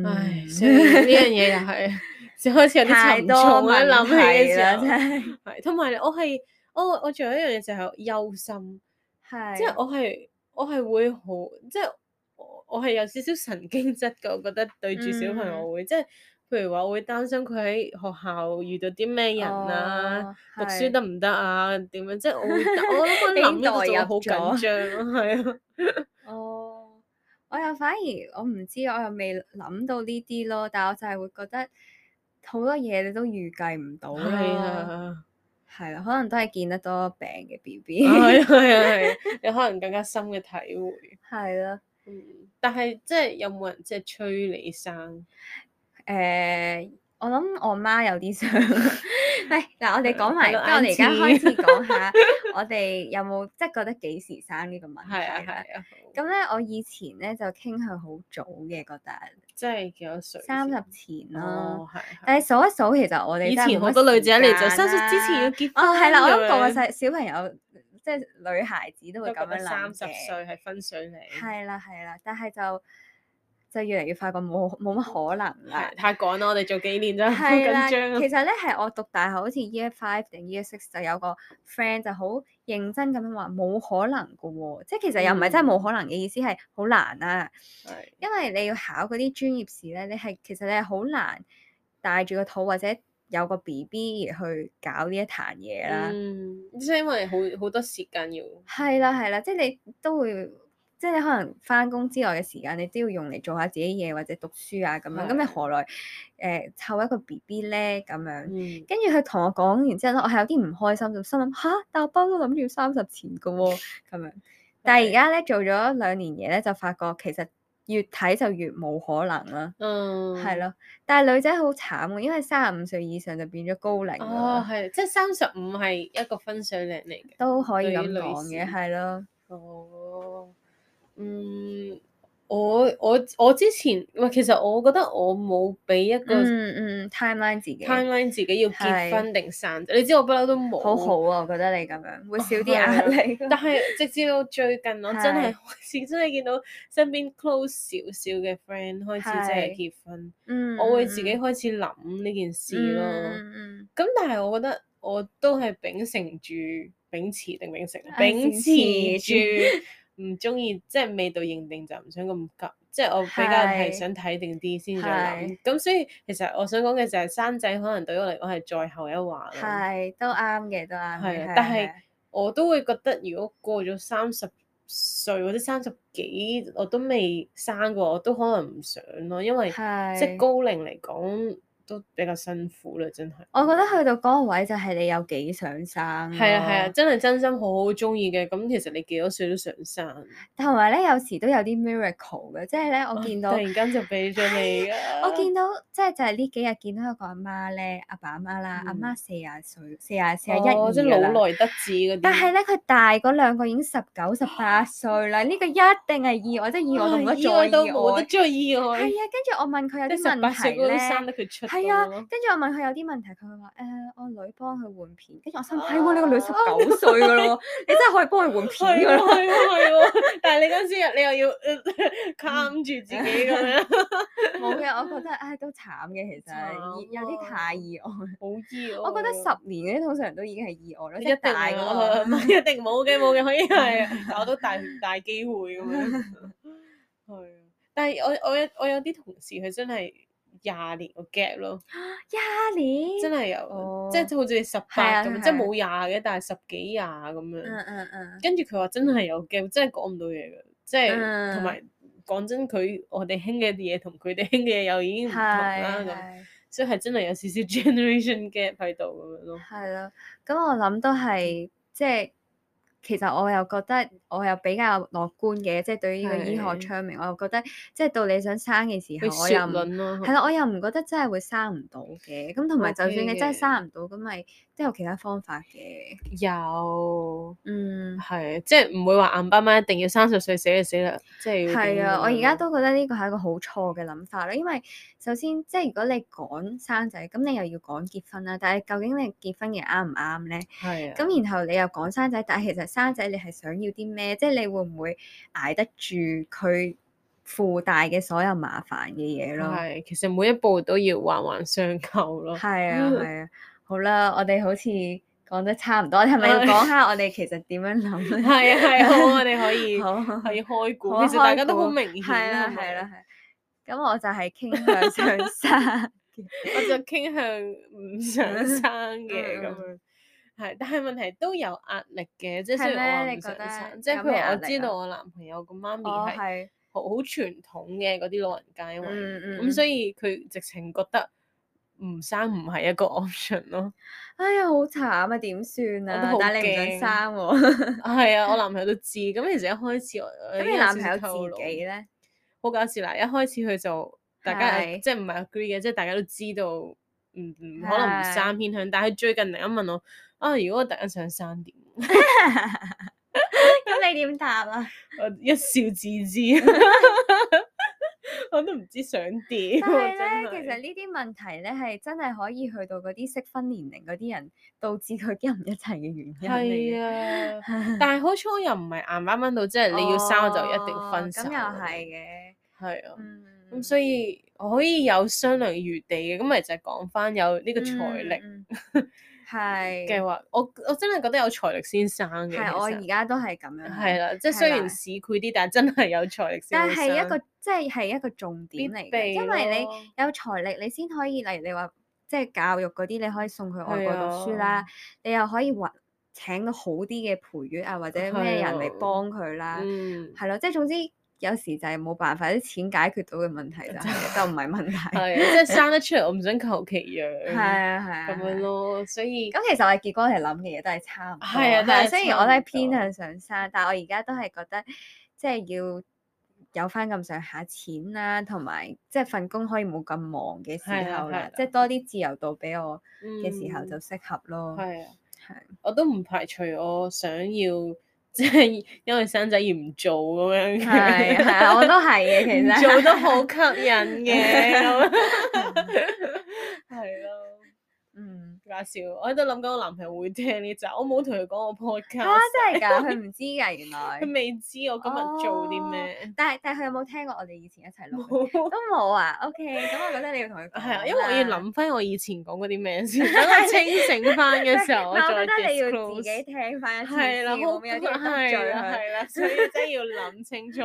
Speaker 2: 唉，
Speaker 1: 嗯，
Speaker 2: 所以呢樣嘢又係， 就開始有啲
Speaker 1: 太
Speaker 2: 沉
Speaker 1: 多
Speaker 2: 重咧。
Speaker 1: 問
Speaker 2: 諗起嘅
Speaker 1: 題
Speaker 2: 時
Speaker 1: 啦，
Speaker 2: 候
Speaker 1: 真，係
Speaker 2: 係同埋我係我我仲有一樣嘢就係憂心。
Speaker 1: 係
Speaker 2: 即係我係我係會好，即係我我係有少少神經質嘅，我覺得對住小朋友
Speaker 1: 嗯
Speaker 2: 會，即係譬如話我會擔心佢喺學校遇到啲咩人啊，
Speaker 1: 哦
Speaker 2: 讀書
Speaker 1: 係
Speaker 2: 得唔得啊，點樣，即係我會 我諗我
Speaker 1: 你已
Speaker 2: 諗
Speaker 1: 經
Speaker 2: 呢個就會
Speaker 1: 代入
Speaker 2: 好緊
Speaker 1: 咗
Speaker 2: 張咯，係啊，
Speaker 1: 哦，我又反而我唔知，我又未諗到呢啲咯，但我就係會覺得好多嘢你都預計唔到
Speaker 2: 係
Speaker 1: 咯，
Speaker 2: 啊。
Speaker 1: 係啦，可能都係見得多病嘅 B B，
Speaker 2: 係啊係啊係啊，你可能更加深嘅體會。
Speaker 1: 係咯，
Speaker 2: 嗯，但係即係有冇人即係催你生？
Speaker 1: 誒，我諗我媽有啲想， 喂，嗱，我哋講埋，
Speaker 2: 係
Speaker 1: 跟住
Speaker 2: 咯
Speaker 1: 我哋而家
Speaker 2: 眼
Speaker 1: 開始
Speaker 2: 前
Speaker 1: 講下，我哋有冇即係覺得幾時生呢個問
Speaker 2: 係啊
Speaker 1: 題啦？
Speaker 2: 係啊，好
Speaker 1: 咁咧，我以前咧就傾向好早嘅，覺得
Speaker 2: 即係幾多歲先？
Speaker 1: 三十前咯。
Speaker 2: 哦，係係。
Speaker 1: 但係數一數，其實我哋
Speaker 2: 以
Speaker 1: 真係
Speaker 2: 前
Speaker 1: 冇
Speaker 2: 好
Speaker 1: 乜
Speaker 2: 多女仔嚟就
Speaker 1: 時間
Speaker 2: 三十之前要
Speaker 1: 啦
Speaker 2: 結婚
Speaker 1: 哦，係啦，我諗個個
Speaker 2: 咁樣
Speaker 1: 細小朋友，即係女孩子都會
Speaker 2: 都
Speaker 1: 咁
Speaker 2: 覺得
Speaker 1: 樣
Speaker 2: 三
Speaker 1: 諗
Speaker 2: 十
Speaker 1: 嘅。
Speaker 2: 歲係分水嶺，
Speaker 1: 係啦，係啦，但係就就越嚟越發覺冇冇乜可能啦
Speaker 2: 係。太趕啦！我哋做幾年真係好
Speaker 1: 係啦，
Speaker 2: 緊
Speaker 1: 其
Speaker 2: 張
Speaker 1: 實
Speaker 2: 啊！
Speaker 1: 咧係我讀大學，好似 Year Five 定 Year Six 就有個 friend 就好認真咁樣話冇可能噶喎，即係其實又唔係真係
Speaker 2: 嗯
Speaker 1: 冇可能嘅意思係好難啊，
Speaker 2: 係
Speaker 1: 因為你要考嗰啲專業試咧，你係其實你係好難帶住個肚或者有個 B B 而去搞呢一壇嘢啦。
Speaker 2: 嗯，即係因為好好多時間要
Speaker 1: 係啦係啦，即係你都會，即係你可能翻工之外嘅時間，你都要用嚟做下自己嘢或者讀書啊咁樣。咁你
Speaker 2: 係
Speaker 1: 何來誒湊、一個 B B 咧咁樣？
Speaker 2: 嗯
Speaker 1: 跟住佢同我講完之後咧，我係有啲唔開心，就心諗吓，但我不嬲諗住三十前嘅喎、咁樣。但係而
Speaker 2: 係
Speaker 1: 家咧做咗兩年嘢咧，就發覺其實越睇就越冇可能啦。
Speaker 2: 嗯
Speaker 1: 係咯，但係女仔好慘嘅，因為三十五歲以上就變咗高齡㗎
Speaker 2: 哦
Speaker 1: 啦，
Speaker 2: 係即係三十五係一個分水嶺嚟嘅
Speaker 1: 都可以
Speaker 2: 對於
Speaker 1: 咁
Speaker 2: 女
Speaker 1: 講嘅，
Speaker 2: 士
Speaker 1: 係咯，
Speaker 2: 哦，嗯。我我我之前喂，其實我覺得我冇俾一個
Speaker 1: 嗯嗯，timeline 自己
Speaker 2: timeline 自己要結
Speaker 1: 係
Speaker 2: 婚定生仔，你知我不嬲都冇。
Speaker 1: 好好啊，我覺得你咁樣會少啲
Speaker 2: 係
Speaker 1: 壓
Speaker 2: 啊
Speaker 1: 力咯。
Speaker 2: 但係直至到最近，我真係
Speaker 1: 係
Speaker 2: 開始真係見到身邊 close 少少嘅 friend 開始真係
Speaker 1: 係
Speaker 2: 結婚，
Speaker 1: 嗯，
Speaker 2: 我會
Speaker 1: 嗯
Speaker 2: 自己
Speaker 1: 嗯
Speaker 2: 開始諗呢件事咯。
Speaker 1: 嗯嗯
Speaker 2: 咁但係我覺得我都係秉承住秉持定秉承
Speaker 1: 啊
Speaker 2: 秉
Speaker 1: 秉
Speaker 2: 持
Speaker 1: 持
Speaker 2: 住唔中意，即係未到認定就唔想咁急，即係我比較係
Speaker 1: 係
Speaker 2: 想睇定啲先再諗
Speaker 1: 係。
Speaker 2: 咁所以其實我想講嘅就係生仔可能對我嚟講係再後一話
Speaker 1: 嗯
Speaker 2: 咯。
Speaker 1: 係都啱嘅，都啱
Speaker 2: 係
Speaker 1: 嘅
Speaker 2: 啊，
Speaker 1: 係
Speaker 2: 但
Speaker 1: 啊
Speaker 2: 係
Speaker 1: 係啊
Speaker 2: 我都會覺得，如果過咗三十歲或者三十幾，我都未生過，我都可能唔想咯，因為即係
Speaker 1: 係
Speaker 2: 高齡嚟講都比較辛苦啦，真係。
Speaker 1: 我覺得去到嗰個位就係你有幾想生咯，
Speaker 2: 係啊係啊，真係真心好好中意嘅，咁其實你幾多歲都想生，
Speaker 1: 同埋咧有時都有啲 miracle 嘅，即係咧我見到
Speaker 2: 啊突。然間就俾咗你啊
Speaker 1: 我見
Speaker 2: 㗎
Speaker 1: 到即係就係呢幾日見到一個阿媽咧，阿爸阿媽啦，阿
Speaker 2: 嗯
Speaker 1: 媽四廿歲、四廿四廿一
Speaker 2: 哦，即係
Speaker 1: 二㗎啦
Speaker 2: 老來得子嗰啲。哦
Speaker 1: 但係咧，佢大嗰兩個已經十九、十八歲啦，呢個一定係意外，即係意外
Speaker 2: 啊
Speaker 1: 同冇得
Speaker 2: 意外
Speaker 1: 再
Speaker 2: 都
Speaker 1: 意
Speaker 2: 冇
Speaker 1: 外
Speaker 2: 得。再意外，
Speaker 1: 哎係啊，跟住我問佢有
Speaker 2: 即
Speaker 1: 啲
Speaker 2: 係十八
Speaker 1: 問
Speaker 2: 歲
Speaker 1: 題
Speaker 2: 嗰個都生
Speaker 1: 咧，
Speaker 2: 得佢出
Speaker 1: 係啊，
Speaker 2: 到
Speaker 1: 跟
Speaker 2: 咯。
Speaker 1: 住我問佢有啲問題，佢話誒我女幫佢換片，跟住我心諗係
Speaker 2: 啊
Speaker 1: 喎，你個女十九歲㗎咯，你真係可以幫佢換
Speaker 2: 係
Speaker 1: 片
Speaker 2: 喎
Speaker 1: 㗎咯。
Speaker 2: 係啊喎係喎，但係你嗰陣時你又要 calm 住自己咁樣，
Speaker 1: 冇嘅，我覺得唉都慘嘅，其實
Speaker 2: 慘啊
Speaker 1: 有啲太意外。
Speaker 2: 好意
Speaker 1: 我覺得十年嗰啲通常都已經係意外咯，即
Speaker 2: 一定
Speaker 1: 係大嗰
Speaker 2: 啊
Speaker 1: 個
Speaker 2: 唔係 一定 冇嘅冇嘅，可以係啊，但我都大大機會咁樣。係啊，但係我我有我有啲同事佢真係廿年個 gap 咯，
Speaker 1: 廿年，
Speaker 2: 真係
Speaker 1: 哦
Speaker 2: 有，即係好似你十
Speaker 1: 係啊
Speaker 2: 八
Speaker 1: 係啊
Speaker 2: 咁，即係冇廿嘅，但係十幾廿咁樣。
Speaker 1: 嗯嗯嗯，
Speaker 2: 跟住佢話真係有 gap，真係講唔到嘢嘅，即係
Speaker 1: 嗯
Speaker 2: 同埋講真，佢我哋興嘅嘢同佢哋興嘅嘢又已經唔同啦嗯啊咁。
Speaker 1: 係。
Speaker 2: 所以係真係有少少 generation gap 喺度咁樣咯。
Speaker 1: 係咯，咁我諗都係即係，其實我又覺得我又比較樂觀嘅，即係對於呢個醫學
Speaker 2: 係
Speaker 1: 昌明，我又覺得即係到你想生嘅時
Speaker 2: 佢
Speaker 1: 候，我
Speaker 2: 雪
Speaker 1: 又唔
Speaker 2: 論咯，
Speaker 1: 係啦，我又唔覺得真係會生唔到嘅。咁同埋就算
Speaker 2: OK
Speaker 1: 你真係
Speaker 2: 嘅
Speaker 1: 生唔到，咁咪都有其他方法嘅。
Speaker 2: 有
Speaker 1: 嗯，
Speaker 2: 係啊即係唔會話硬巴巴一定要三十歲死就死啦，即係要
Speaker 1: 係
Speaker 2: 點
Speaker 1: 啊，
Speaker 2: 咁
Speaker 1: 我而家
Speaker 2: 樣
Speaker 1: 都覺得呢個係一個好錯嘅諗法啦。因為首先即係如果你趕生仔，咁你又要趕結婚啦。但係究竟你結婚嘅啱唔啱咧？
Speaker 2: 係啊，
Speaker 1: 咁然後你又講生仔，但係其實生仔你係想要啲咩？即係你會唔會捱得住佢附帶嘅所有麻煩嘅嘢咯？
Speaker 2: 係啊其實每一步都要環環相扣咯。
Speaker 1: 係啊，係啊。好啦，我哋好似講得差唔多，係咪要講下我哋其實點樣諗咧？
Speaker 2: 係啊係啊好，我哋可以
Speaker 1: 好好
Speaker 2: 可以開估，
Speaker 1: 好啊
Speaker 2: 其實大家都
Speaker 1: 開
Speaker 2: 好
Speaker 1: 估
Speaker 2: 明顯
Speaker 1: 係啦，係
Speaker 2: 咪
Speaker 1: 啦，係。咁我就係傾向上山，
Speaker 2: 我就傾向唔想生嘅
Speaker 1: 嗯
Speaker 2: 咁
Speaker 1: 嗯
Speaker 2: 樣。係，但係問題都有壓力嘅，即係
Speaker 1: 係
Speaker 2: 雖然我
Speaker 1: 咩
Speaker 2: 話
Speaker 1: 你
Speaker 2: 唔
Speaker 1: 覺得
Speaker 2: 想生，即係
Speaker 1: 有
Speaker 2: 譬
Speaker 1: 咩
Speaker 2: 如
Speaker 1: 壓
Speaker 2: 我
Speaker 1: 力
Speaker 2: 知
Speaker 1: 啊
Speaker 2: 道我男朋友個媽咪
Speaker 1: 我
Speaker 2: 哦係
Speaker 1: 係
Speaker 2: 好好傳統嘅嗰啲老人家，因為
Speaker 1: 嗯嗯
Speaker 2: 咁所
Speaker 1: 以
Speaker 2: 以佢直情覺得唔生唔係一個 option 咯。
Speaker 1: 哎呀好慘啊，點算啊？
Speaker 2: 好
Speaker 1: 但係你唔
Speaker 2: 驚
Speaker 1: 想生喎。
Speaker 2: 係啊，我男朋友都知。咁其實一開始我我 已
Speaker 1: 咁
Speaker 2: 經
Speaker 1: 你
Speaker 2: 有
Speaker 1: 男
Speaker 2: 少
Speaker 1: 朋
Speaker 2: 少
Speaker 1: 友
Speaker 2: 透露
Speaker 1: 自己 咧？
Speaker 2: 好搞笑啦！一開始佢就大家
Speaker 1: 係
Speaker 2: 即係唔係 agree 嘅，即係大家都知道唔唔可能唔
Speaker 1: 係
Speaker 2: 生偏向，但係佢最近突然間問我啊，如果我突然間想生點？
Speaker 1: 咁你點答 啊？
Speaker 2: 我一笑置之， 我都唔知想點
Speaker 1: 但
Speaker 2: 喎。
Speaker 1: 係咧，其
Speaker 2: 哎真
Speaker 1: 實
Speaker 2: 係
Speaker 1: 呢啲問題咧係真係可以去到嗰啲適婚年齡嗰啲人導致佢一唔一齊嘅原因嚟嘅。
Speaker 2: 係啊，但係好彩我又唔係硬掹掹到，即係 你要生我就一定分手。
Speaker 1: 哦咁又係，嘅，
Speaker 2: 係啊。
Speaker 1: 嗯，
Speaker 2: 咁所以我可以有商量餘地嘅，咁咪就係講翻有呢個財力
Speaker 1: 嗯 係
Speaker 2: 計劃。我我真係覺得有財力先生嘅，其
Speaker 1: 係，我而
Speaker 2: 實
Speaker 1: 家都係咁樣諗。
Speaker 2: 係啦，即係
Speaker 1: 係
Speaker 2: 雖
Speaker 1: 啦
Speaker 2: 然市儈啲，但係真係有財力先
Speaker 1: 但
Speaker 2: 會生。
Speaker 1: 係一個即係係一個重點嚟嘅，
Speaker 2: 必備
Speaker 1: 因為
Speaker 2: 咯
Speaker 1: 你有財力，你先可以，例如你話即係教育嗰啲，你可以送佢外國
Speaker 2: 係啊
Speaker 1: 讀書啦，你又可以揾請到好啲嘅陪月啊，或者咩人嚟
Speaker 2: 係啊
Speaker 1: 幫佢啦，
Speaker 2: 嗯。
Speaker 1: 係咯，即係總之有時就係冇辦法，啲錢解決到嘅問題就係就唔係問題，
Speaker 2: 係，啊即係生得出嚟，我唔想求其
Speaker 1: 係
Speaker 2: 樣，
Speaker 1: 啊係啊
Speaker 2: 咁樣。咯，所以
Speaker 1: 咁其實我哋結果係諗嘅嘢都係差唔多，
Speaker 2: 係啊都係
Speaker 1: 雖然
Speaker 2: 差
Speaker 1: 我都係
Speaker 2: 唔
Speaker 1: 偏
Speaker 2: 多
Speaker 1: 向上山，但係我而家都係覺得即係要有翻咁上下錢啦，同埋即係份工可以冇咁忙嘅時
Speaker 2: 係啦
Speaker 1: 候
Speaker 2: 係
Speaker 1: 啦
Speaker 2: 啦，
Speaker 1: 即係多啲自由度俾我嘅
Speaker 2: 嘅
Speaker 1: 時候就適合咯。
Speaker 2: 嗯係啊，
Speaker 1: 係
Speaker 2: 我都唔排除我想要即係因為生仔而唔做咁樣嘅，
Speaker 1: 係係啊，我都係嘅，其
Speaker 2: 唔
Speaker 1: 實
Speaker 2: 做都 好吸引嘅，咁係咯。
Speaker 1: 嗯
Speaker 2: 搞笑，我喺度諗緊我男朋友會聽呢集，我冇同佢講我
Speaker 1: 啊
Speaker 2: podcast，
Speaker 1: 真係㗎，佢唔知㗎原來。
Speaker 2: 佢未知我今日做
Speaker 1: 哦
Speaker 2: 啲咩。
Speaker 1: 但係但係佢有冇聽過我哋以前一齊錄嘅？
Speaker 2: 冇
Speaker 1: 都冇啊。OK，咁我覺得你要同佢講。
Speaker 2: 係啊，因為我要。諗翻我以前講過啲咩 先，等我清醒翻嘅時候，
Speaker 1: 唔係
Speaker 2: 再
Speaker 1: 我覺得你要
Speaker 2: disclose
Speaker 1: 自。己聽翻一次
Speaker 2: 係
Speaker 1: 先，
Speaker 2: 啦，
Speaker 1: 會唔
Speaker 2: 好
Speaker 1: 會有啲得罪
Speaker 2: 係啦，
Speaker 1: 佢？
Speaker 2: 係啦，所以真係要諗清楚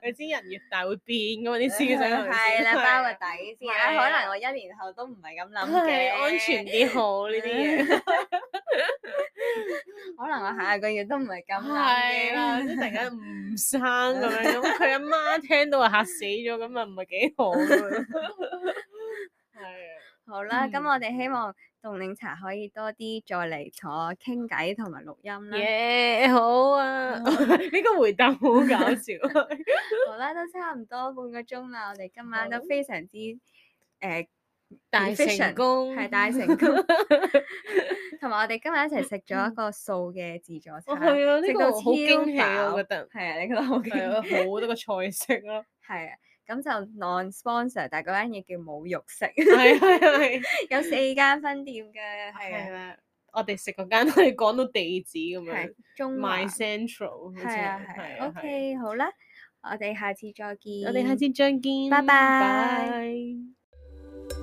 Speaker 2: 你知人越大會變噶嘛啲思想係咪先
Speaker 1: 係啦，包個底先
Speaker 2: 係
Speaker 1: 啦。
Speaker 2: 啊
Speaker 1: 可能我一年後都唔係咁諗
Speaker 2: 係
Speaker 1: 嘅，
Speaker 2: 安全。啲好呢啲嘢。
Speaker 1: 可能我下個月都唔係 咁
Speaker 2: 係啦，
Speaker 1: 諗
Speaker 2: 即
Speaker 1: 嘅。
Speaker 2: 係突然間唔生咁樣， 咁佢阿媽聽到啊嚇死咗，咁啊唔係幾好 咁樣。係啊，
Speaker 1: 好啦，咁
Speaker 2: 嗯
Speaker 1: 我哋希望凍檸茶可以多啲再嚟同我傾偈同埋錄音啦。
Speaker 2: 耶好
Speaker 1: 嗯
Speaker 2: 啊！ 呢個回答好搞笑，
Speaker 1: 好啦，都差唔多半個鐘啦，我哋今晚都
Speaker 2: 好
Speaker 1: 非常之誒
Speaker 2: 大
Speaker 1: efficient，
Speaker 2: 成功
Speaker 1: 係大成 功。同埋我哋今日一齊食咗一個素嘅自助
Speaker 2: 哦
Speaker 1: 餐，
Speaker 2: 係啊，
Speaker 1: 食
Speaker 2: 呢
Speaker 1: 到
Speaker 2: 個好驚喜啊！
Speaker 1: 超飽
Speaker 2: 我覺 得
Speaker 1: 係啊，你覺得好驚
Speaker 2: 係啊，
Speaker 1: 喜？
Speaker 2: 好多個菜式 咯，
Speaker 1: 係啊，咁就 non sponsor，但係嗰間嘢叫冇肉食，
Speaker 2: 係係係 啊
Speaker 1: 有四間分店嘅，
Speaker 2: 係
Speaker 1: 係啊，
Speaker 2: 啦。我哋食嗰間，我哋講到地址咁樣
Speaker 1: 係，中
Speaker 2: 賣
Speaker 1: 環
Speaker 2: Central 好似
Speaker 1: 係啊係啊
Speaker 2: 係啊係啊
Speaker 1: ，OK 好啦，我哋下次再見，
Speaker 2: 我哋下次再見，
Speaker 1: 拜拜
Speaker 2: 拜